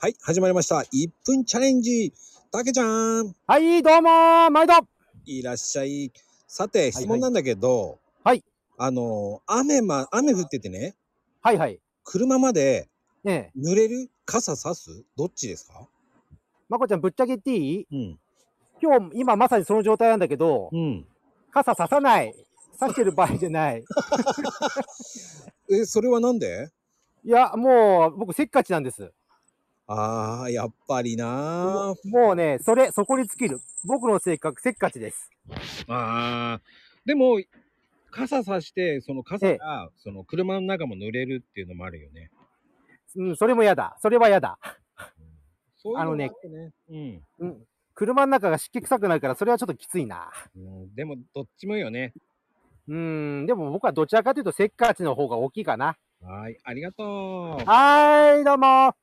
はい、始まりました。1分チャレンジ。たけちゃん、はい、どうもー、毎度いらっしゃい。さて、質問なんだけど、はい。あの、雨ま、雨降っててね、はいはい。車までねえ、濡れる傘さすどっちですかまこちゃんぶっちゃけ言っていいうん。今日、今まさにその状態なんだけど、うん。傘ささない。さしてる場合じゃない。え、それはなんでいや、もう、僕せっかちなんです。あー、やっぱりなー。もうね、それ、そこに尽きる。僕の性格、せっかちです。あー。でも、傘さして、その傘ええが、その車の中も濡れるっていうのもあるよね。うん、それも嫌だ。それは嫌だ。そういうあのねもってね。うん。うん。車の中が湿気臭くなるから、それはちょっときついな。うんでも、どっちもよね。うーん、でも僕はどちらかというとせっかちの方が大きいかな。はい、ありがとう。はーい、どうもー